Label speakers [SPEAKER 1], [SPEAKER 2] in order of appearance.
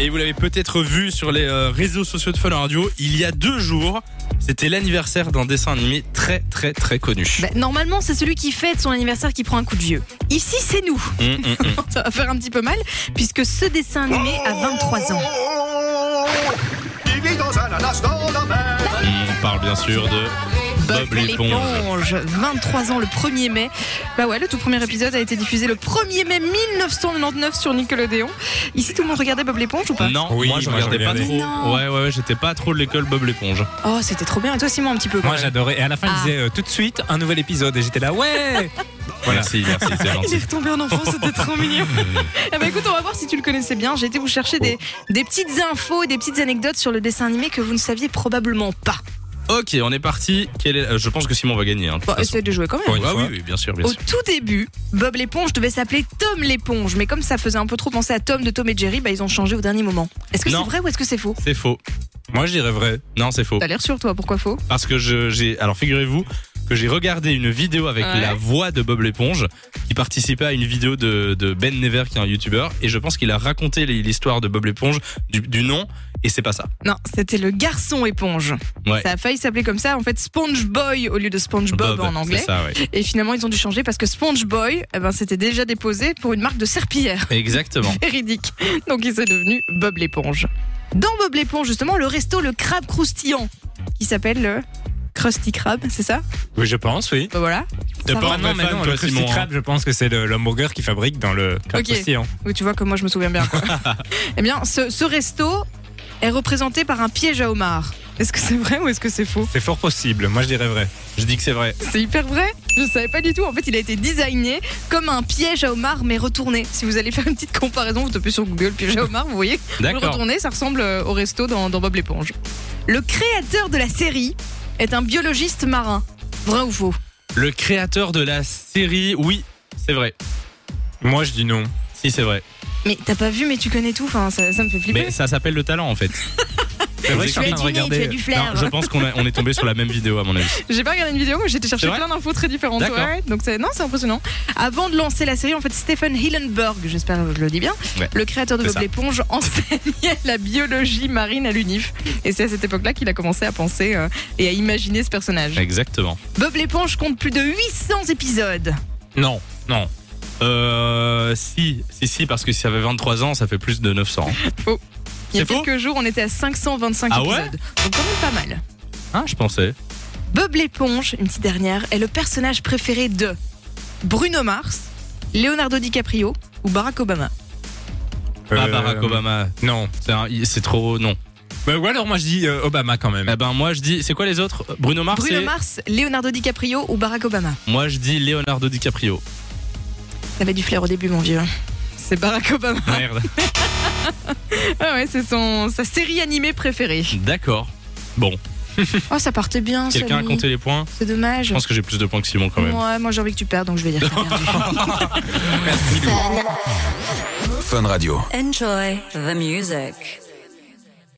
[SPEAKER 1] Et vous l'avez peut-être vu sur les euh, réseaux sociaux de Fun Radio, il y a deux jours, c'était l'anniversaire d'un dessin animé très très très connu.
[SPEAKER 2] Bah, normalement, c'est celui qui fête son anniversaire qui prend un coup de vieux. Ici, c'est nous.
[SPEAKER 1] Hum, hum, hum.
[SPEAKER 2] Ça va faire un petit peu mal, puisque ce dessin animé a 23 ans.
[SPEAKER 3] Il vit dans un ananas dans la mer.
[SPEAKER 1] On parle bien sûr de... Bob l'éponge.
[SPEAKER 2] 23 ans le 1er mai. Bah ouais, le tout premier épisode a été diffusé le 1er mai 1999 sur Nickelodeon. Ici, tout le monde regardait Bob l'éponge ou pas
[SPEAKER 1] Non,
[SPEAKER 4] Oui,
[SPEAKER 1] moi je
[SPEAKER 4] moi, je
[SPEAKER 1] regardais pas trop.
[SPEAKER 4] regardais.
[SPEAKER 2] Non.
[SPEAKER 1] Ouais ouais ouais, j'étais pas trop de l'école Bob l'éponge.
[SPEAKER 2] Oh, c'était trop bien. Et toi, Simon, un petit peu. quand
[SPEAKER 4] Moi
[SPEAKER 2] même.
[SPEAKER 4] j'adorais. Et à la fin,
[SPEAKER 2] Ah.
[SPEAKER 4] il disait euh, tout de suite un nouvel épisode. Et j'étais là, ouais
[SPEAKER 1] Voilà. Merci, merci, c'est
[SPEAKER 2] Il est
[SPEAKER 1] gentil.
[SPEAKER 2] retombé en enfance, c'était trop mignon. Eh ben écoute, on va voir si tu le connaissais bien. J'ai été vous chercher des,
[SPEAKER 1] Oh.
[SPEAKER 2] des petites infos et des petites anecdotes sur le dessin animé que vous ne saviez probablement pas.
[SPEAKER 1] Ok, on est parti. Quel est- euh, Je pense que Simon va gagner. hein, de toute
[SPEAKER 2] Bon,
[SPEAKER 1] façon.
[SPEAKER 2] essaye de jouer quand même.
[SPEAKER 1] Ouais,
[SPEAKER 4] une
[SPEAKER 1] oui,
[SPEAKER 4] fois.
[SPEAKER 1] oui, bien sûr, bien
[SPEAKER 2] Au
[SPEAKER 1] sûr.
[SPEAKER 2] tout début, Bob l'éponge devait s'appeler Tom l'éponge, mais comme ça faisait un peu trop penser à Tom de Tom et Jerry, bah ils ont changé au dernier moment. Est-ce que c'est
[SPEAKER 1] Non.
[SPEAKER 2] vrai ou est-ce que c'est faux
[SPEAKER 1] C'est faux.
[SPEAKER 4] Moi je dirais vrai.
[SPEAKER 1] Non, c'est faux.
[SPEAKER 2] T'as l'air sûr toi, pourquoi faux
[SPEAKER 1] Parce que je- j'ai. Alors figurez-vous que j'ai regardé une vidéo avec
[SPEAKER 2] Ouais.
[SPEAKER 1] la voix de Bob l'éponge qui participait à une vidéo de, de Ben Never qui est un youtubeur et je pense qu'il a raconté les- l'histoire de Bob l'éponge du, du nom et c'est pas ça.
[SPEAKER 2] Non, c'était le garçon éponge.
[SPEAKER 1] Ouais.
[SPEAKER 2] Ça a failli s'appeler comme ça, en fait Sponge Boy au lieu de SpongeBob en anglais.
[SPEAKER 1] C'est ça, ouais.
[SPEAKER 2] Et finalement ils ont dû changer parce que Sponge Boy, eh ben, c'était déjà déposé pour une marque de serpillière.
[SPEAKER 1] Exactement.
[SPEAKER 2] Véridique. Donc il s'est devenu Bob l'éponge. Dans Bob l'éponge, justement, le resto Le Crabe Croustillant, qui s'appelle le Krusty Krab, c'est ça
[SPEAKER 4] Oui, je pense, oui.
[SPEAKER 2] Ben voilà. Ça va.
[SPEAKER 1] pas un vrai fan, toi,
[SPEAKER 4] le Krusty
[SPEAKER 1] Simon, hein.
[SPEAKER 4] Krab, je pense que c'est le- l'hamburger qui fabrique dans le Krab
[SPEAKER 2] Ok.
[SPEAKER 4] croustillant.
[SPEAKER 2] Oui, tu vois que moi je me souviens bien. quoi. eh bien, ce, ce resto est représenté par un piège à homard. Est-ce que c'est vrai ou est-ce que c'est faux
[SPEAKER 4] C'est fort possible. Moi je dirais vrai.
[SPEAKER 1] Je dis que c'est vrai.
[SPEAKER 2] C'est hyper vrai Je ne savais pas du tout. En fait, il a été designé comme un piège à homard, mais retourné. Si vous allez faire une petite comparaison, vous tapez sur Google piège à homard, vous voyez Vous le
[SPEAKER 1] D'accord.
[SPEAKER 2] retournez, ça ressemble euh, au resto dans, dans Bob l'éponge. Le créateur de la série est un biologiste marin. Vrai ou faux
[SPEAKER 1] Le créateur de la série, oui, c'est vrai.
[SPEAKER 4] Moi je dis non.
[SPEAKER 1] Si, c'est vrai.
[SPEAKER 2] Mais t'as pas vu, mais tu connais tout, enfin, ça, ça me fait flipper.
[SPEAKER 1] Mais ça s'appelle le talent en fait. C'est
[SPEAKER 4] vrai que
[SPEAKER 1] que
[SPEAKER 4] je suis en train de regarder.
[SPEAKER 1] Non, je pense qu'on a- on est tombé sur la même vidéo à mon avis.
[SPEAKER 2] J'ai pas regardé une vidéo, mais j'ai été chercher
[SPEAKER 1] C'est vrai
[SPEAKER 2] plein d'infos très différentes.
[SPEAKER 1] D'accord.
[SPEAKER 2] ouais, donc c'est- non, c'est impressionnant. Avant de lancer la série, en fait, Stephen Hillenburg, j'espère que je le dis bien,
[SPEAKER 1] Ouais.
[SPEAKER 2] le créateur de
[SPEAKER 1] C'est
[SPEAKER 2] Bob
[SPEAKER 1] ça.
[SPEAKER 2] l'éponge, enseignait la biologie marine à l'UNIF. Et c'est à cette époque-là qu'il a commencé à penser euh, et à imaginer ce personnage.
[SPEAKER 1] Exactement.
[SPEAKER 2] Bob l'éponge compte plus de 800 épisodes.
[SPEAKER 4] Non.
[SPEAKER 1] Non. Euh, si, si, si, parce que si ça avait 23 ans, ça fait plus de 900.
[SPEAKER 2] Il y
[SPEAKER 1] C'est
[SPEAKER 2] a
[SPEAKER 1] faux
[SPEAKER 2] quelques jours, on était à 525
[SPEAKER 1] Ah ouais
[SPEAKER 2] épisodes. Donc quand même pas mal.
[SPEAKER 1] Hein, je pensais.
[SPEAKER 2] Bob l'éponge, une petite dernière, est le personnage préféré de Bruno Mars, Leonardo DiCaprio ou Barack Obama.
[SPEAKER 1] Pas
[SPEAKER 4] Euh,
[SPEAKER 1] Ah, Barack Obama.
[SPEAKER 4] Non.
[SPEAKER 1] C'est un- c'est trop. Non.
[SPEAKER 4] Bah, ou alors moi je dis euh, Obama quand même.
[SPEAKER 1] Eh ben, moi, je dis. C'est quoi les autres Bruno Mars
[SPEAKER 2] Bruno
[SPEAKER 1] et-
[SPEAKER 2] Mars, Leonardo DiCaprio ou Barack Obama.
[SPEAKER 1] Moi, je dis Leonardo DiCaprio.
[SPEAKER 2] Ça avait du flair au début, mon vieux. C'est Barack Obama.
[SPEAKER 1] Merde.
[SPEAKER 2] Ah ouais, c'est son sa série animée préférée.
[SPEAKER 1] D'accord. Bon,
[SPEAKER 2] Oh, ça partait bien.
[SPEAKER 1] quelqu'un a
[SPEAKER 2] Samy.
[SPEAKER 1] compté les points
[SPEAKER 2] C'est dommage.
[SPEAKER 1] Je pense que j'ai plus de points que Simon quand même.
[SPEAKER 2] Ouais, moi j'ai envie que tu perdes, donc je vais dire. que t'as perdu.
[SPEAKER 5] Enjoy the music.